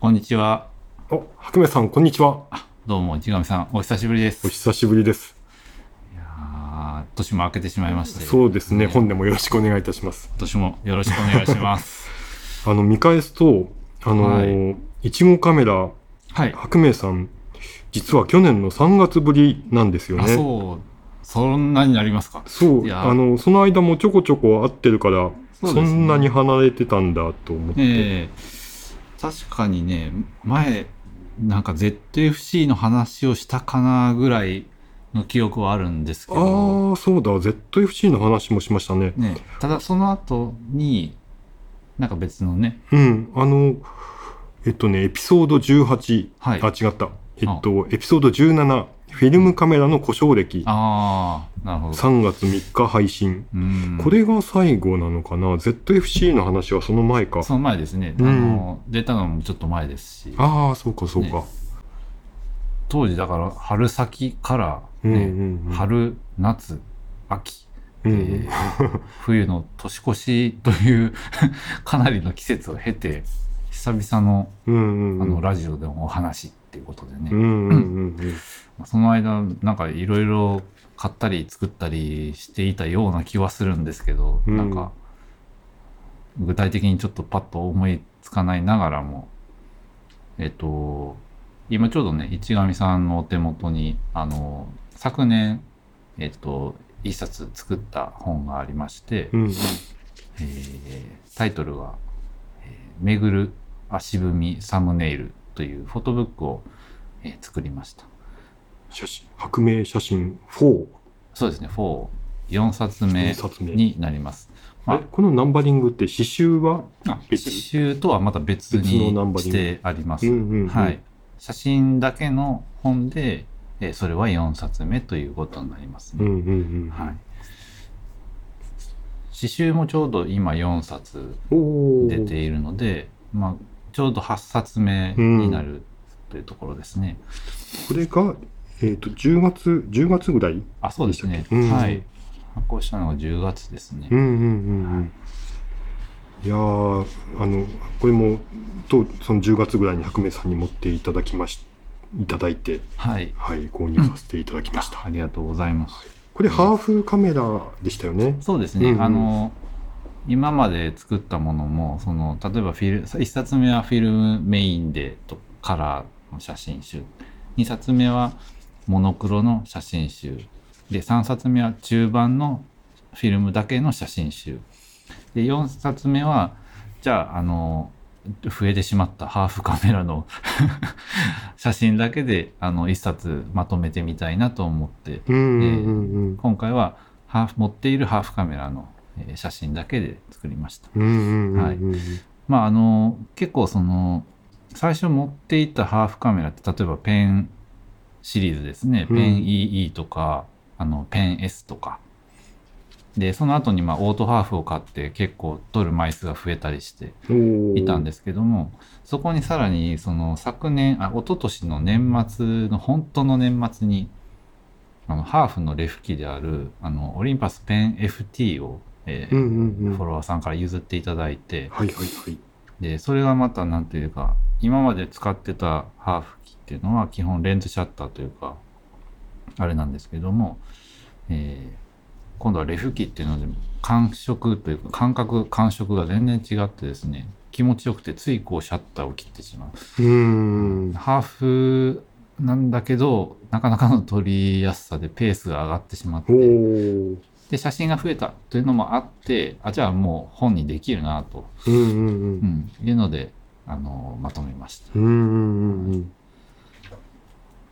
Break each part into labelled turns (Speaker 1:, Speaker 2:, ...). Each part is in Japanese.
Speaker 1: こんにちは。
Speaker 2: お、白目さん、こんにちは。
Speaker 1: どうも、市上さん、お久しぶりです。
Speaker 2: お久しぶりです。
Speaker 1: あー年も明けてしまいまして。
Speaker 2: そうです
Speaker 1: ね
Speaker 2: ね。本年もよろしくお願いいたします。
Speaker 1: 今年もよろしくお願いし ます。
Speaker 2: あの、見返すと、あのー、いちごカメラ、
Speaker 1: はい。
Speaker 2: 白明さん、実は去年の3月ぶりなんですよ
Speaker 1: あ、
Speaker 2: ね。そう。
Speaker 1: そう。そんなになりますか。いやー
Speaker 2: あの、その間もちょこちょこ会ってるから、
Speaker 1: そう
Speaker 2: そ
Speaker 1: ですね
Speaker 2: んなに離れてたんだと思って。
Speaker 1: ええ確かにね、前、なんか ZFC の話をしたかなぐらいの記憶はあるんですけど、
Speaker 2: ああ、そうだ。ZFC の話もしましたね。
Speaker 1: ね、ただその後に、なんか別のね、
Speaker 2: うん。あの、えっとね、エピソード18。
Speaker 1: はい。
Speaker 2: あ、違った。えっと、エピソード17、フィルムカメラの故障歴。
Speaker 1: ああ、なるほど。
Speaker 2: 3月3日配信。
Speaker 1: うん
Speaker 2: これが最後なのかな ?ZFC の話はその前か。
Speaker 1: その前ですね、
Speaker 2: うん
Speaker 1: あの出たのもちょっと前ですし
Speaker 2: ああ、そうかそうか
Speaker 1: ね。当時だから春先から、
Speaker 2: うんう
Speaker 1: ね
Speaker 2: んうん。
Speaker 1: 春夏秋、
Speaker 2: うんうん
Speaker 1: えー 冬の年越しという かなりの季節を経て久々の
Speaker 2: うん
Speaker 1: あのラジオでのお話っていうことでね
Speaker 2: う、んうんうん。
Speaker 1: その間なんかいろいろ買ったり作ったりしていたような気はするんですけど、
Speaker 2: うん
Speaker 1: なんか具体的にちょっとパッと思いつかないながらもえっと今ちょうどね市上さんのお手元にあの昨年えっと一冊作った本がありまして、
Speaker 2: うんうん
Speaker 1: えータイトルが「えー巡る足踏みサムネイル」というフォトブックを、えー作りました。
Speaker 2: 写真、白明写真4。
Speaker 1: そうですね、4、4冊目
Speaker 2: 4冊目
Speaker 1: になります。まあ
Speaker 2: え、このナンバリングって刺繍は
Speaker 1: あ刺
Speaker 2: 別
Speaker 1: 繍とはまた別に
Speaker 2: 別のナンバリ
Speaker 1: し
Speaker 2: ング
Speaker 1: てありま
Speaker 2: う
Speaker 1: す。
Speaker 2: んうんうん。
Speaker 1: はい。。写真だけの本で、えーそれは4冊目ということになります
Speaker 2: うん
Speaker 1: ね。
Speaker 2: うんうん。
Speaker 1: はい。刺繍もちょうど今4冊
Speaker 2: おお。
Speaker 1: 出ているので、まあ、ちょうど8冊目になるというところですね。
Speaker 2: これが、えっと、10月、10月ぐらい
Speaker 1: あ、そうですね。
Speaker 2: うん
Speaker 1: はい。発行したのが10月ですね。
Speaker 2: うんうんうんうん、
Speaker 1: はい
Speaker 2: いやーあのこれもとその10月ぐらいに白明さんに持っていただきましいただいて、
Speaker 1: はい。
Speaker 2: はい、購入させていただきました、
Speaker 1: ありがとうございます。
Speaker 2: これハーフカメラでしたよね
Speaker 1: そうですね、
Speaker 2: うんうん
Speaker 1: あの今まで作ったものもその例えばフィル1冊目はフィルムメインでとカラーの写真集2冊目はモノクロの写真集で3冊目は中盤のフィルムだけの写真集で4冊目はじゃああの増えてしまったハーフカメラの 写真だけであの1冊まとめてみたいなと思って
Speaker 2: うんうんうんうん
Speaker 1: 今回はハーフ持っているハーフカメラのえー写真だけで作りました。
Speaker 2: うんうんうん
Speaker 1: はいまああの結構その最初持っていたハーフカメラって例えばペンシリーズですね、
Speaker 2: うん
Speaker 1: ペン EE とかあのペン S とかでその後にまあオートハーフを買って結構撮る枚数が増えたりして
Speaker 2: うん
Speaker 1: いたんですすけどもそこにさらにその昨年あ一昨年の年末の本当の年末にあのハーフのレフ機であるあのオリンパスペン FT を、えー
Speaker 2: うんうんうん
Speaker 1: フォ
Speaker 2: はい
Speaker 1: ロワーさんから譲っていただいて
Speaker 2: はいはい
Speaker 1: でそれがまた何というか今まで使ってたハーフ機っていうのは基本レンズシャッターというかあれなんですけども、えー今度はレフ機っていうので感触というか感覚感触が全然違ってですね気持ちよくてついこうシャッターを切ってしまう
Speaker 2: うん
Speaker 1: ハーフなんだけどなかなかの撮りやすさでペースが上がってしまっ
Speaker 2: お
Speaker 1: て
Speaker 2: ー
Speaker 1: で写真が増えたというのもあってあじゃあもう本にできるなと、
Speaker 2: うんうんう
Speaker 1: うんん、いうのであのまとめました、
Speaker 2: うんうんうんうん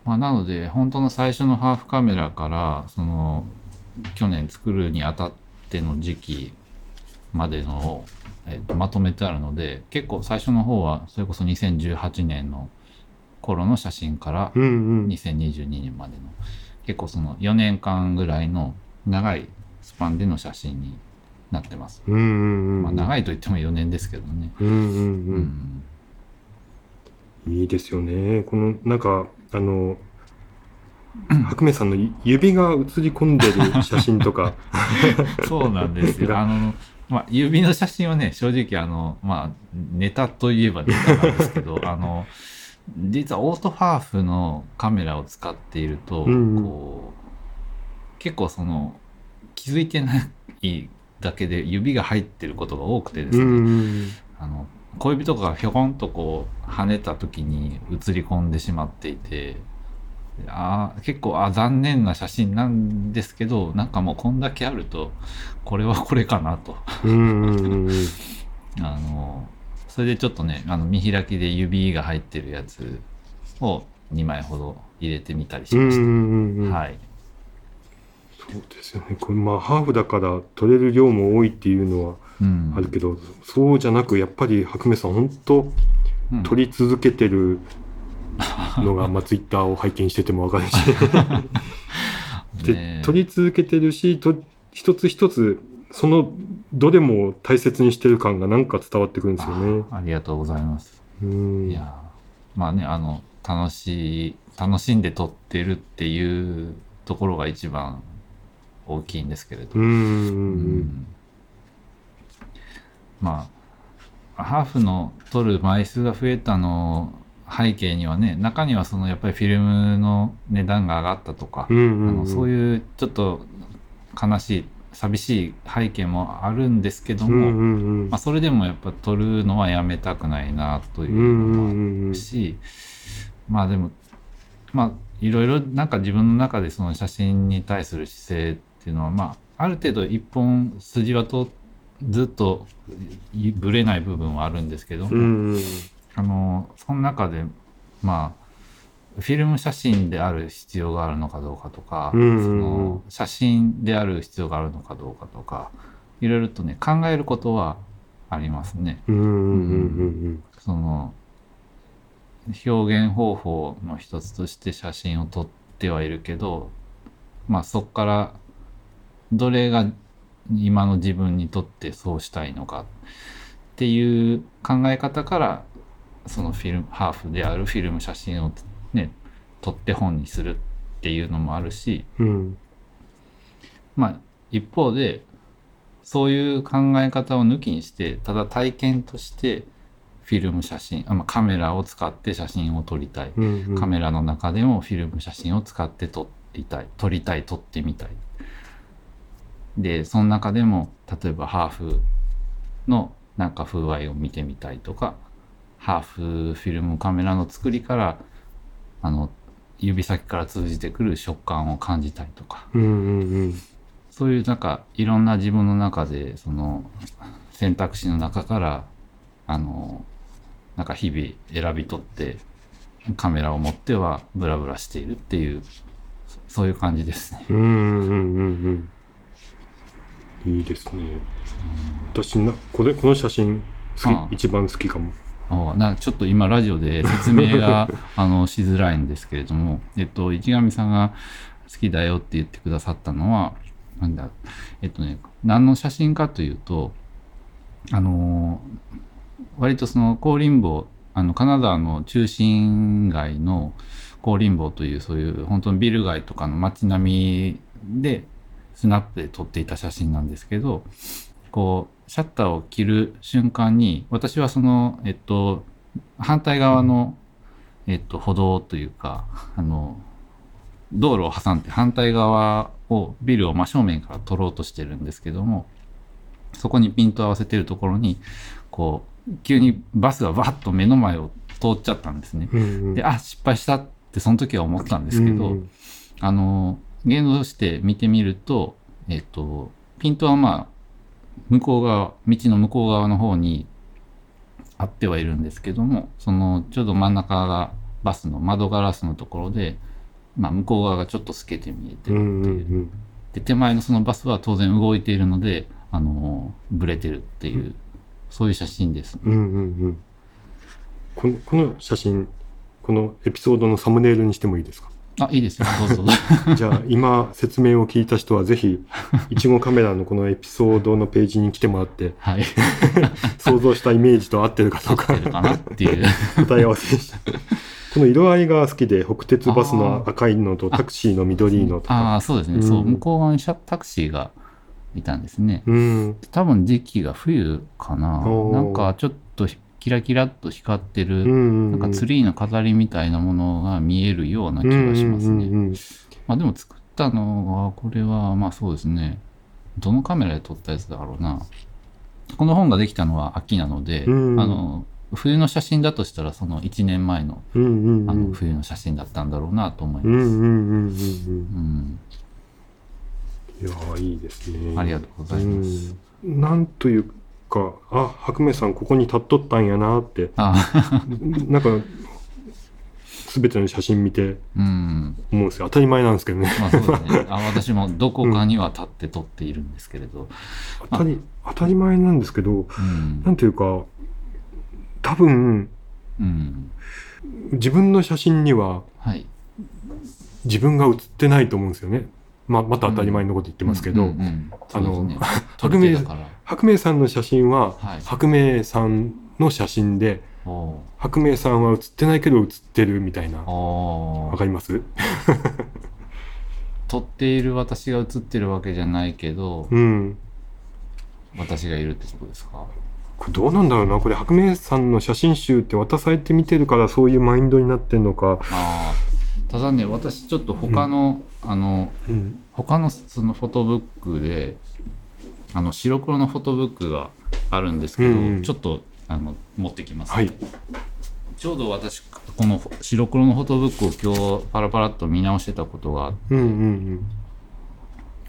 Speaker 1: まあ、なので本当の最初のハーフカメラからその去年作るにあたっての時期までのを、えっとまとめてあるので結構最初の方はそれこそ2018年の頃の写真から
Speaker 2: うんうん
Speaker 1: 2022年までの結構その4年間ぐらいの長いスパンでの写真になってます、
Speaker 2: うんうん
Speaker 1: まあ、
Speaker 2: い
Speaker 1: 長いといっても4年ですけどね、
Speaker 2: うんう
Speaker 1: う
Speaker 2: んうん
Speaker 1: ん
Speaker 2: いいですよね。この、なんか、あの、白明さんの指が映り込んでる写真とか、
Speaker 1: そうなんですよあのまあ、指の写真はね、正直、あの、まあ、ネタといえばネタなんですけ ど、あの、実はオートファーフのカメラを使っていると、
Speaker 2: うんうん
Speaker 1: こう、結構その、気づいてないだけで指が入ってることが多くてです
Speaker 2: う
Speaker 1: ね、
Speaker 2: ん。
Speaker 1: あの恋人がひょこんとこう跳ねた時に映り込んでしまっていてあー結構あー残念な写真なんですけどなんかもうこんだけあるとこれはこれかなと
Speaker 2: うん。
Speaker 1: あのそれでちょっとねあの見開きで指が入ってるやつを2枚ほど入れてみたりし
Speaker 2: う
Speaker 1: ました、
Speaker 2: ん。
Speaker 1: はい
Speaker 2: そうですよね。これまあハーフだから取れる量も多いっていうのは
Speaker 1: うん
Speaker 2: あるけど、そうじゃなくやっぱり白目さん本当
Speaker 1: うん
Speaker 2: 取り続けてるのが、まあツイッターを拝見しててもわかるし、
Speaker 1: ね
Speaker 2: で取り続けてるし、と一つ一つそのどれも大切にしてる感がなんか伝わってくるんですよね。
Speaker 1: ありがとうございます
Speaker 2: うん。
Speaker 1: いやーまあねあの楽しい楽しんで撮ってるっていうところが一番大きいんですけれど、
Speaker 2: うん
Speaker 1: うんまあハーフの撮る枚数が増えたの背景にはね中にはそのやっぱりフィルムの値段が上がったとか
Speaker 2: うんう、ん
Speaker 1: あ
Speaker 2: うん
Speaker 1: のそういうちょっと悲しい寂しい背景もあるんですけど
Speaker 2: う
Speaker 1: も、
Speaker 2: んうんうん
Speaker 1: まあ、それでもやっぱ撮るのはやめたくないなといううんのもあっ
Speaker 2: うんうん
Speaker 1: し、まあでもまあいろいろなんか自分の中でその写真に対する姿勢っていうのはまあある程度一本筋はとずっといぶれない部分はあるんですけど、
Speaker 2: うんうん
Speaker 1: あのその中でまあフィルム写真である必要があるのかどうかとか、
Speaker 2: うんうんうん
Speaker 1: その写真である必要があるのかどうかとかいろいろとね考えることはありますね。
Speaker 2: うんうんうん
Speaker 1: その表現方法の一つとして写真を撮ってはいるけどまあそこからどれが今の自分にとってそうしたいのかっていう考え方からそのフィルムハーフであるフィルム写真をね撮って本にするっていうのもあるし
Speaker 2: うん
Speaker 1: まあ一方でそういう考え方を抜きにしてただ体験としてフィルム写真あ、まあ、カメラを使って写真を撮りたい
Speaker 2: うんうん
Speaker 1: カメラの中でもフィルム写真を使って撮りたい撮りたい撮ってみたいでその中でも例えばハーフのなんか風合いを見てみたいとかハーフフィルムカメラの作りからあの指先から通じてくる食感を感じたいとか
Speaker 2: うんうんうん
Speaker 1: そういうなんかいろんな自分の中でその選択肢の中からあのなんか日々選び取ってカメラを持ってはブラブラしているっていうそそういう感じですね。
Speaker 2: うんうんうんうんいいですね私なこれこの写真好き、
Speaker 1: ああ
Speaker 2: 一番好きかも
Speaker 1: おなんかちょっと今ラジオで説明があのしづらいんですけれども、えっと、市上さんが好きだよって言ってくださったのはなんだえっとね何の写真かというとあのー割とその香林坊あのカナダの中心街の香林坊というそういう本当にビル街とかの街並みでスナップで撮っていた写真なんですけどこうシャッターを切る瞬間に私はそのえっと反対側の、えっと、歩道というかあの道路を挟んで反対側をビルを真正面から撮ろうとしてるんですけどもそこにピントを合わせてるところにこう急にバスがバッと目の前を通っちゃったんですね。
Speaker 2: うんうん
Speaker 1: であ失敗したってその時は思ったんですけど、
Speaker 2: うん
Speaker 1: あの言動して見てみると、えっと、ピントはまあ向こう側道の向こう側の方にあってはいるんですけどもそのちょうど真ん中がバスの窓ガラスのところで、まあ、向こう側がちょっと透けて見えて
Speaker 2: う
Speaker 1: るっていうん
Speaker 2: うん
Speaker 1: で手前のそのバスは当然動いているのであのブレてるっていう、そういう写真です。
Speaker 2: うんうんうんうんこのこの写真このエピソードのサムネイルにしてもいいです か
Speaker 1: あいいですよどう ぞどうぞ。
Speaker 2: じゃあ今説明を聞いた人はぜひいちごカメラのこのエピソードのページに来てもらって
Speaker 1: はい
Speaker 2: 想像したイメージと合ってるかど
Speaker 1: 合
Speaker 2: う
Speaker 1: って
Speaker 2: か
Speaker 1: るかなっていう。
Speaker 2: 答え合わせでした。この色合いが好きで、北鉄バスの赤いのと
Speaker 1: あー
Speaker 2: タクシーの緑のとか。
Speaker 1: ああ、そうですね。
Speaker 2: うん
Speaker 1: そう、向こう側にシャタクシーがいたんですね。
Speaker 2: うん。
Speaker 1: 多分時期が冬かな。
Speaker 2: おー
Speaker 1: なんかちょっとキラキラっと光ってる、
Speaker 2: うん。
Speaker 1: なんかツリーの飾りみたいなものが見えるような気がしますね。
Speaker 2: うんうんうんうん
Speaker 1: まあでも作ったのは、これはまあそうですね。どのカメラで撮ったやつだろうな。この本ができたのは秋なので、
Speaker 2: うん
Speaker 1: あの、冬の写真だとしたらその1年前の
Speaker 2: うんうんうん
Speaker 1: あの冬の写真だったんだろうなと思い
Speaker 2: うん
Speaker 1: ま
Speaker 2: う
Speaker 1: す。
Speaker 2: んうんうん
Speaker 1: うん。
Speaker 2: うん。いやーいいですね。
Speaker 1: ありがとうございます。
Speaker 2: うんなんというか、あ、白明さんここに立っとったんやなって、
Speaker 1: あ、
Speaker 2: なんか、すべての写真見て
Speaker 1: うん。
Speaker 2: 思うんですよ。当たり前なんですけどね。
Speaker 1: まあそうだね。あ私もどこかには立って撮っているんですけれど。
Speaker 2: 当たり、当たり前なんですけど、
Speaker 1: うん
Speaker 2: なん。というか、多分、
Speaker 1: うん。
Speaker 2: 自分の写真には
Speaker 1: はい。
Speaker 2: 自分が写ってないと思うんですよね。まあ、また当たり前のこと言ってますけど、
Speaker 1: うんうんうんそ
Speaker 2: あ
Speaker 1: うです
Speaker 2: の
Speaker 1: ね、 撮
Speaker 2: 白
Speaker 1: り手
Speaker 2: 明
Speaker 1: だ、から。
Speaker 2: 白明さんの写真は、
Speaker 1: はい。
Speaker 2: 白明さんの写真で、
Speaker 1: お
Speaker 2: 白明さんは写ってないけど写ってるみたいな
Speaker 1: ー。。お
Speaker 2: わ
Speaker 1: ー
Speaker 2: かります
Speaker 1: 撮っている私が写ってるわけじゃないけど、
Speaker 2: うん。
Speaker 1: 私がいるってことですか
Speaker 2: これどうなんだろうなこれ白明さんの写真集って渡されて見てるからそういうマインドになってんのか。
Speaker 1: ああ。ただね、私ちょっと他の、あの、
Speaker 2: うん。
Speaker 1: 他のそのフォトブックであの白黒のフォトブックがあるんですけど、
Speaker 2: うんうん
Speaker 1: ちょっとあの持ってきます、
Speaker 2: はい。
Speaker 1: ちょうど私この白黒のフォトブックを今日パラパラっと見直してたことが
Speaker 2: うんうん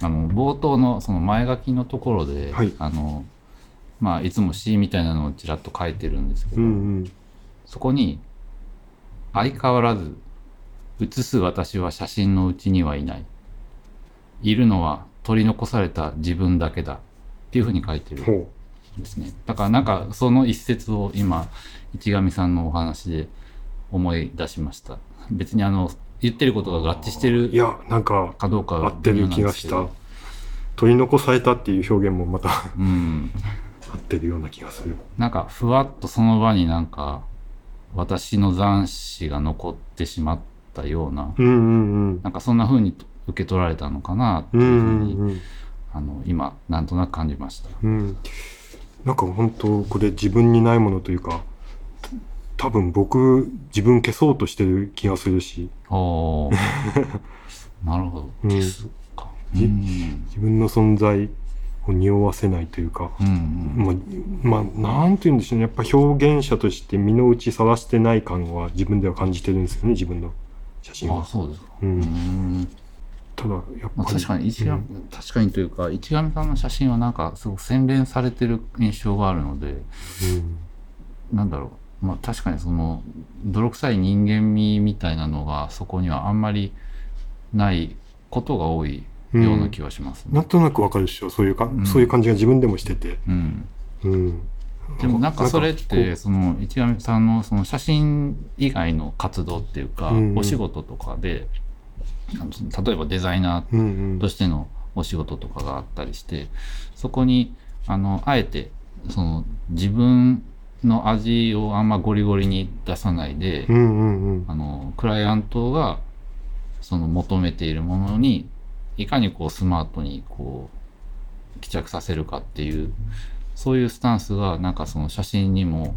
Speaker 1: あの冒頭のその前書きのところで、
Speaker 2: はい
Speaker 1: あのまあ、いつも詩みたいなのをちらっと書いてるんですけ
Speaker 2: う
Speaker 1: ど、
Speaker 2: ん。うんうん。
Speaker 1: そこに「相変わらず写す私は写真のうちにはいない」「いるのは取り残された自分だけだ」っていうふうに書いてる
Speaker 2: ほ
Speaker 1: んですねだからなんかその一節を今市上さんのお話で思い出しました別にあの言ってることが合致して
Speaker 2: う。い
Speaker 1: る
Speaker 2: や、なんか
Speaker 1: かどうか
Speaker 2: 合
Speaker 1: は
Speaker 2: ってる気がした。取り残されたっていう表現もまた 合
Speaker 1: うん
Speaker 2: ってるような気がする。
Speaker 1: なんかふわっとその場になんか私の残死が残ってしまったような
Speaker 2: うんうんうん。
Speaker 1: なんかそんな風に受け取られたのかなって
Speaker 2: う
Speaker 1: い
Speaker 2: ん
Speaker 1: う
Speaker 2: う
Speaker 1: 風に、
Speaker 2: んうん。
Speaker 1: あの今なんとなく感じました。
Speaker 2: うん、なんか本当これ自分にないものというかた多分僕自分消そうとしてる気がするし
Speaker 1: おー なるほど。
Speaker 2: うん
Speaker 1: 消すか。う
Speaker 2: じ
Speaker 1: ん。
Speaker 2: 自分の存在を匂わせないというか、
Speaker 1: うん
Speaker 2: まあ、まあ、なんて言うんでしょうねやっぱ表現者として身の内さらしてない感は自分では感じてるんですよね自分の写
Speaker 1: う
Speaker 2: 真
Speaker 1: ん。あ、
Speaker 2: は。
Speaker 1: そうですか。
Speaker 2: う、
Speaker 1: うんん。
Speaker 2: ただやっぱ
Speaker 1: まあ、
Speaker 2: り
Speaker 1: 確かに一眼、確かにというか、一眼さんの写真はなんかすごく洗練されてる印象があるので、
Speaker 2: うん
Speaker 1: なんだろう。まあ確かにその泥臭い人間味みたいなのがそこにはあんまりないことが多いような気がします
Speaker 2: な
Speaker 1: ね
Speaker 2: ん。となくわかるでしょそういうか、
Speaker 1: うん
Speaker 2: そういう感じが自分でもしてて。
Speaker 1: うん
Speaker 2: うん、
Speaker 1: でもなんかそれっ
Speaker 2: なん
Speaker 1: て
Speaker 2: かこ
Speaker 1: その市上さんのその写真以外の活動っていうか
Speaker 2: うんうん
Speaker 1: お仕事とかであの例えばデザイナ
Speaker 2: うう
Speaker 1: ー
Speaker 2: んう
Speaker 1: と
Speaker 2: ん、
Speaker 1: してのお仕事とかがあったりしてそこにあのあえてその自分の味をあんまゴリゴリに出さないで
Speaker 2: うんうんうん
Speaker 1: あのクライアントがその求めているものにいかにこうスマートにこう帰着させるかっていうそういうスタンスがなんかその写真にも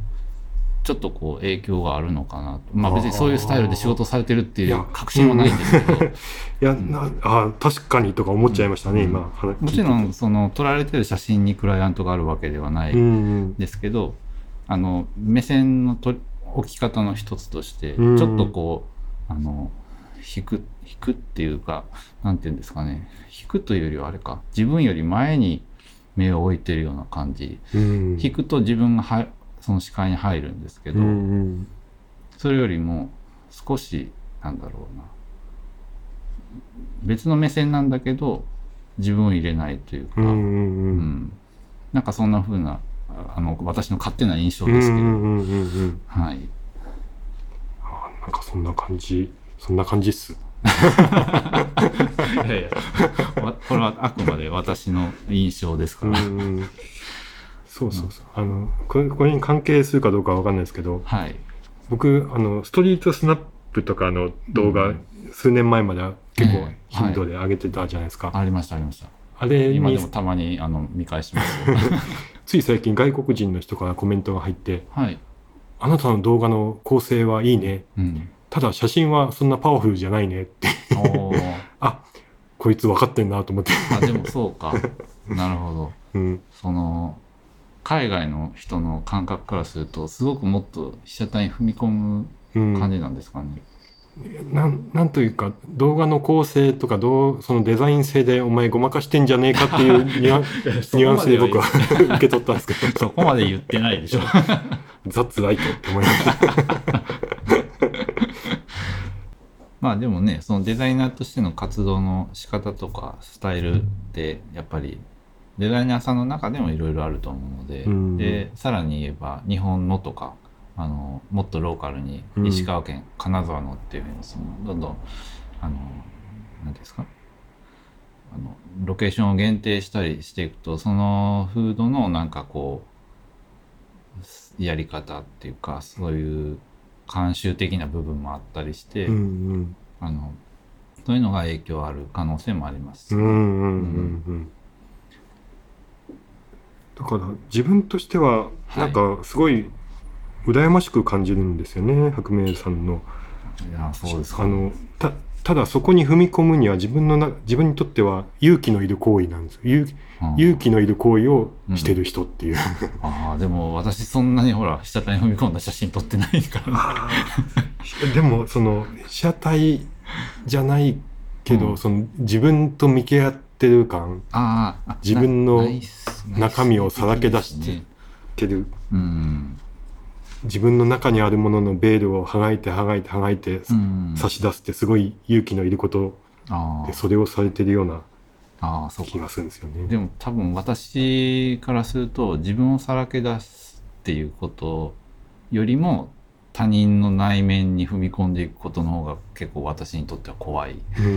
Speaker 1: ちょっとこう影響があるのかなとまあ別にそういうスタイルで仕事されてるって
Speaker 2: い
Speaker 1: い
Speaker 2: や
Speaker 1: う確信はないんですけど、
Speaker 2: いや、なあ確かにとか思っちゃいましたね、
Speaker 1: うん
Speaker 2: 今話聞いて
Speaker 1: もちろんその撮られてる写真にクライアントがあるわけではない
Speaker 2: うん
Speaker 1: ん
Speaker 2: うん
Speaker 1: ですけどあの目線のと置き方の一つとしてち
Speaker 2: うん
Speaker 1: ょっとこうあの引く引くっていうかなんていうんですかね引くというよりはあれか自分より前に目を置いてるような感じ
Speaker 2: うん
Speaker 1: 引くと自分がはその視界に入るんですけ
Speaker 2: う
Speaker 1: ど、
Speaker 2: ん
Speaker 1: それよりも少しなんだろうな別の目線なんだけど自分を入れないというか、
Speaker 2: うんうんう
Speaker 1: うん
Speaker 2: ん
Speaker 1: なんかそんな風なああの私の勝手な印象
Speaker 2: うんうんう
Speaker 1: ですけど、
Speaker 2: んうんうん
Speaker 1: はい
Speaker 2: あなんかそんな感じそんな感じっす
Speaker 1: いやいやわこれはあくまで私の印象ですか
Speaker 2: う
Speaker 1: ら、
Speaker 2: んうんそうそうそうあのこれこれに関係するかどうかわかんないですけど
Speaker 1: はい
Speaker 2: 僕あのストリートスナップとかの動画、
Speaker 1: うん
Speaker 2: 数年前までは結構
Speaker 1: ええ
Speaker 2: 頻度で上げてたじゃないですか、
Speaker 1: ありましたありました
Speaker 2: あれ
Speaker 1: 今で
Speaker 2: に
Speaker 1: もたまにあの見返します よ
Speaker 2: つい最近外国人の人からコメントが入って
Speaker 1: はい、
Speaker 2: 「あなたの動画の構成はいいね
Speaker 1: うん、
Speaker 2: ただ写真はそんなパワフルじゃないね」って
Speaker 1: おー
Speaker 2: あこいつ分かってんなと思って、
Speaker 1: あでもそうかなるほど
Speaker 2: うん、
Speaker 1: その海外の人の感覚からするとすごくもっと被写体に踏み込む
Speaker 2: うん、
Speaker 1: 感じなんですかね、
Speaker 2: なんなんというか動画の構成とかどうそのデザイン性でお前ごまかしてんじゃねえかっていうニュアンニュアンス で僕は受け取ったんですけど
Speaker 1: そこまで言ってないでしょ
Speaker 2: 雑ライトって思いました
Speaker 1: まあでもねそのデザイナーとしての活動の仕方とかスタイルってやっぱりデザイナーさんの中でもいろいろあると思うので、
Speaker 2: うん
Speaker 1: でさらに言えば日本のとかあのもっとローカルに
Speaker 2: うん
Speaker 1: 石川県、金沢のっていうふうにそのどんどんあの何ですかあのロケーションを限定したりしていくとそのフードのなんかこうやり方っていうかそういう慣習的な部分もあったりして、
Speaker 2: うん
Speaker 1: あのそういうのが影響ある可能性もあります。
Speaker 2: うんうんうんうんうんだから自分としては
Speaker 1: は
Speaker 2: ないんかすごい羨ましく感じるんですよね、白明さんの
Speaker 1: いやそうですか
Speaker 2: あのたただそこに踏み込むには自分のな自分にとっては勇気のいる行為なんです勇
Speaker 1: う
Speaker 2: 気
Speaker 1: ん
Speaker 2: 勇気のいる行為をしてる人っていう、
Speaker 1: ああでも私そんなにほら被写体に踏み込んだ写真撮ってないから
Speaker 2: でもその被写体じゃないけど、
Speaker 1: うん
Speaker 2: その自分と向き合ってる感
Speaker 1: ああ
Speaker 2: 自分の
Speaker 1: なナイスナイス
Speaker 2: 中身をさらけ出して
Speaker 1: いいですね
Speaker 2: けど
Speaker 1: うん、
Speaker 2: 自分の中にあるもののベールを剥がいて剥がいて剥がいて、
Speaker 1: うん、
Speaker 2: 差し出すってすごい勇気のいること
Speaker 1: あ
Speaker 2: でそれをされてるような
Speaker 1: あああそう
Speaker 2: 気
Speaker 1: か
Speaker 2: がするんですよ
Speaker 1: で
Speaker 2: ね。
Speaker 1: も多分私からすると自分をさらけ出すっていうことよりも他人の内面に踏み込んでいくことの方が結構私にとっては怖い
Speaker 2: うんう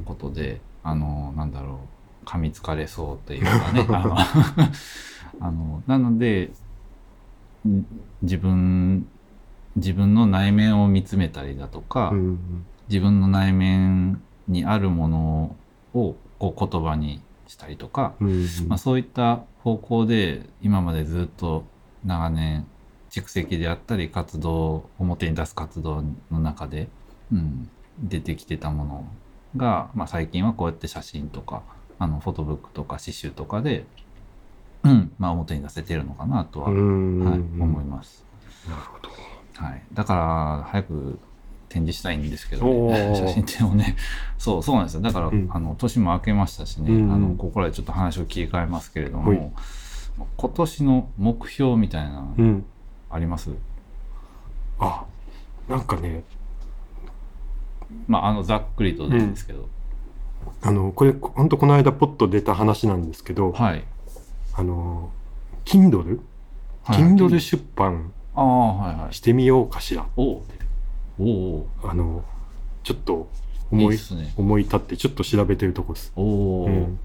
Speaker 2: ん
Speaker 1: ことであのなんだろう噛みつかれそうっていうか ねあの あのなのでん自分自分の内面を見つめたりだとか、
Speaker 2: うんうん
Speaker 1: 自分の内面にあるものをこう言葉にしたりとか、
Speaker 2: うんうん
Speaker 1: まあ、そういった方向で今までずっと長年蓄積であったり活動表に出す活動の中で、うん、出てきてたものが、まあ、最近はこうやって写真とかあのフォトブックとか刺繍とかで、うんまあ、表に出せてるのかなとは、
Speaker 2: うんうん
Speaker 1: はい、
Speaker 2: うん
Speaker 1: 思います、
Speaker 2: なるほど
Speaker 1: はい、だから早く展示したいんですけど、
Speaker 2: お
Speaker 1: ね、
Speaker 2: ー
Speaker 1: 写真展をねそうそうなんですよだから、
Speaker 2: うん
Speaker 1: あの年も明けましたしね、
Speaker 2: うん
Speaker 1: あのここらでちょっと話を切り替えますけれども、
Speaker 2: はい
Speaker 1: 今年の目標みたいなの
Speaker 2: うん
Speaker 1: あります、
Speaker 2: あなんかね
Speaker 1: まああのざっくりとでいいんですけど、
Speaker 2: あのこれほんとこの間ポッと出た話なんですけど、
Speaker 1: はい、
Speaker 2: あの Kindle
Speaker 1: はい
Speaker 2: Kindle 出版
Speaker 1: ああはいはい
Speaker 2: してみようかしら、
Speaker 1: おうおうおう
Speaker 2: あのちょっと
Speaker 1: いい
Speaker 2: 思
Speaker 1: っ
Speaker 2: い
Speaker 1: すね
Speaker 2: 思い立ってちょっと調べてるとこです。
Speaker 1: おお、う
Speaker 2: う
Speaker 1: ん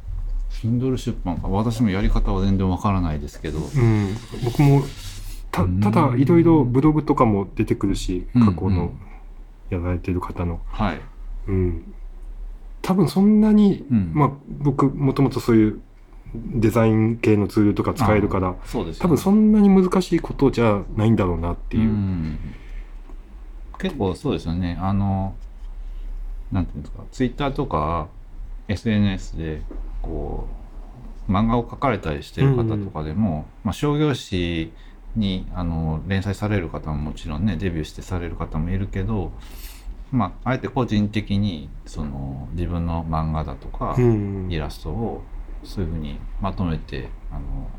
Speaker 1: Kindle 出版か私もやり方は全然わからないですけど
Speaker 2: うん、僕もた
Speaker 1: うん
Speaker 2: ただいろいろブログとかも出てくるし
Speaker 1: うん
Speaker 2: 過去
Speaker 1: う
Speaker 2: の
Speaker 1: ん
Speaker 2: やられてる方の、
Speaker 1: はい
Speaker 2: うん、多分そんなに、
Speaker 1: うん
Speaker 2: まあ、僕もともとそういうデザイン系のツールとか使えるから
Speaker 1: そうですよね
Speaker 2: 多分そんなに難しいことじゃないんだろうなっていう。
Speaker 1: ん結構そうですよねあのなんていうんですかツイッターとか SNS でこう漫画を描かれたりしてる方とかでも、まあ、商業誌にあの連載される方ももちろんねデビューしてされる方もいるけど、まあ、あえて個人的にその自分の漫画だとか、
Speaker 2: うん
Speaker 1: イラストをそういうふうにまとめてあの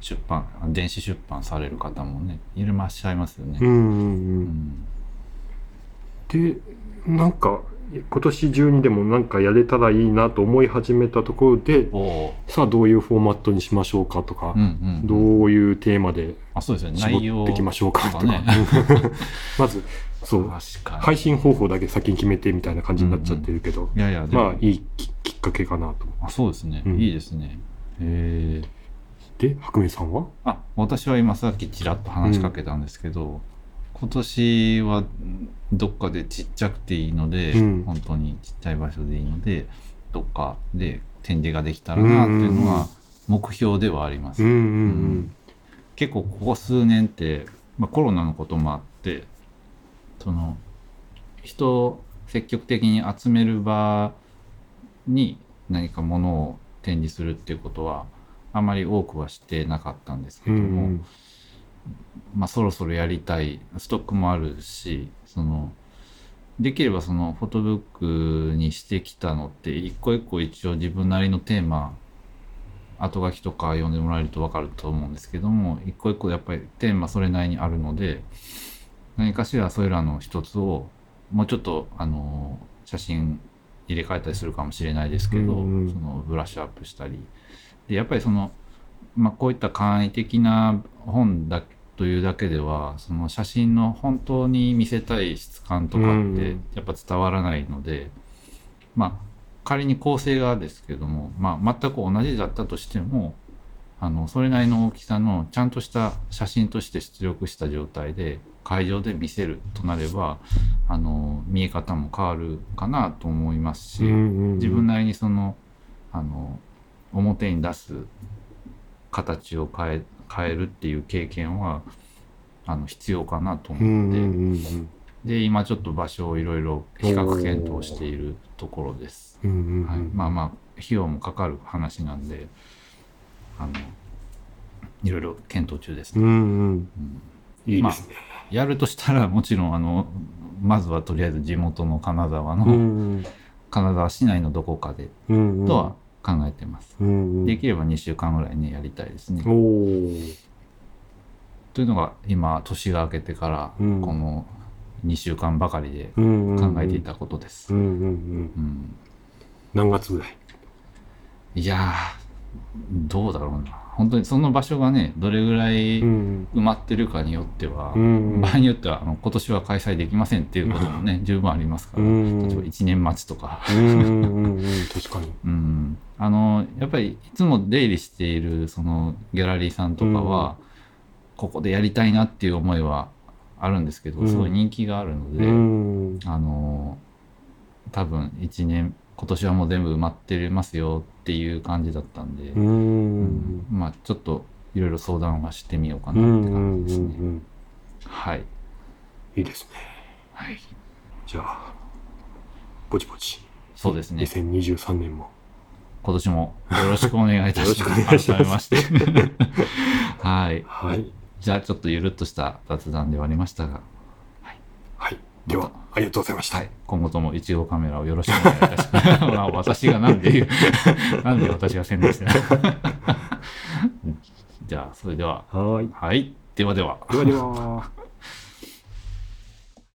Speaker 1: 出版あ電子出版される方もねいらっしゃいますよ
Speaker 2: うんう
Speaker 1: ね。
Speaker 2: ん
Speaker 1: う
Speaker 2: うん
Speaker 1: ん
Speaker 2: でなんか今年中にでもなんかやれたらいいなと思い始めたところで
Speaker 1: おー
Speaker 2: さあどういうフォーマットにしましょうかとか
Speaker 1: うん、うん
Speaker 2: どういうテーマで
Speaker 1: あそうですよね内
Speaker 2: 絞
Speaker 1: 容
Speaker 2: っていきましょうかとか
Speaker 1: ね
Speaker 2: まずそう
Speaker 1: 確かに、
Speaker 2: 配信方法だけ先に決めてみたいな感じになっちゃってるけど、
Speaker 1: いやいやでも
Speaker 2: まあいいききっかけかなと。
Speaker 1: あそうですね、
Speaker 2: うん
Speaker 1: いいですね。へー
Speaker 2: で白明さんは
Speaker 1: あ私は今さっきちらっと話しかけたんですけど、今年はんどっかでちっちゃくていいので、
Speaker 2: うん
Speaker 1: 本当にちっちゃい場所でいいのでどっかで展示ができたらなっていうの
Speaker 2: うんうんうん
Speaker 1: が目標ではあります。
Speaker 2: うんうん
Speaker 1: 結構ここ数年って、まあ、コロナのこともあってその人を積極的に集める場に何かものを展示するっていうことはあまり多くはしてなかったんですけ
Speaker 2: う
Speaker 1: ど
Speaker 2: んう
Speaker 1: も、
Speaker 2: ん
Speaker 1: まあ、そろそろやりたいストックもあるしそのできればそのフォトブックにしてきたのって一個一個一応自分なりのテーマ後書きとか読んでもらえると分かると思うんですけども一個一個やっぱりテーマそれなりにあるので何かしらそれらの一つをもうちょっとあの写真入れ替えたりするかもしれないですけど、
Speaker 2: うんうん
Speaker 1: そのブラッシュアップしたりでやっぱりその、まあ、こういった簡易的な本だというだけではその写真の本当に見せたい質感とか
Speaker 2: うん
Speaker 1: っ
Speaker 2: う
Speaker 1: て
Speaker 2: ん
Speaker 1: やっぱ伝わらないので、まあ仮に構成がですけども、まあ、全く同じだったとしてもあのそれなりの大きさのちゃんとした写真として出力した状態で会場で見せるとなればあの見え方も変わるかなと思いますし、
Speaker 2: うん
Speaker 1: 自分なりにそのあの表に出す形を変え変えるっていう経験はあの必要かなと
Speaker 2: うん
Speaker 1: 思って、
Speaker 2: うんうん
Speaker 1: で今ちょっと場所をいろいろ比較検討しているところです。
Speaker 2: うんうんうん
Speaker 1: はい、まあまあ費用もかかる話なんであのいろいろ検討中です
Speaker 2: う
Speaker 1: ね、
Speaker 2: んうん
Speaker 1: うん
Speaker 2: いいですね。
Speaker 1: やるとしたらもちろんあのまずはとりあえず地元の金沢の、
Speaker 2: うんうん
Speaker 1: 金沢市内のどこかで
Speaker 2: うんうん
Speaker 1: とは考えてます、
Speaker 2: うんうん
Speaker 1: できれば2週間ぐらいねやりたいですね、
Speaker 2: おー
Speaker 1: というのが今年が明けてから、
Speaker 2: うん
Speaker 1: この2週間ばかりで
Speaker 2: うんうんうん
Speaker 1: 考えていたことです、
Speaker 2: うんうんうん
Speaker 1: うん
Speaker 2: 何月ぐらい
Speaker 1: いやーどうだろうな本当にその場所がねどれぐらい、
Speaker 2: うん
Speaker 1: 埋まってるかによっては、
Speaker 2: うん
Speaker 1: 場合によってはあの今年は開催できませんっていうこともね、十分ありますから、
Speaker 2: うん
Speaker 1: 例えば1年待ちとか、
Speaker 2: うんうんうんうん確かに。
Speaker 1: うん、あのやっぱりいつも出入りしているそのギャラリーさんとかは、ここでやりたいなっていう思いはあるんですけど、
Speaker 2: うん
Speaker 1: すごい人気があるので、
Speaker 2: うん
Speaker 1: あの多分1年今年はもう全部埋まってますよっていう感じだったんで、
Speaker 2: うんうん
Speaker 1: まあちょっといろいろ相談はしてみようか
Speaker 2: うんう
Speaker 1: なっ
Speaker 2: ん
Speaker 1: て感じですね。
Speaker 2: うんうん
Speaker 1: はい
Speaker 2: いいですね。
Speaker 1: はい、
Speaker 2: じゃあ、ぼちぼち、
Speaker 1: そうですね。
Speaker 2: 2023年も。
Speaker 1: 今年もよろしくお願いいたします。
Speaker 2: よろしくお願いします
Speaker 1: 改めまして。 はい。
Speaker 2: はい。
Speaker 1: じゃあちょっとゆるっとした雑談ではありましたが、
Speaker 2: はい。では、ありがとうございました。
Speaker 1: はい。今後とも一号カメラをよろしくお願いいたします。まあ私がなんで言う、 なんで私が宣伝してない。 じゃあ、それでは、
Speaker 2: はい。
Speaker 1: はい。ではでは。
Speaker 2: ではでは。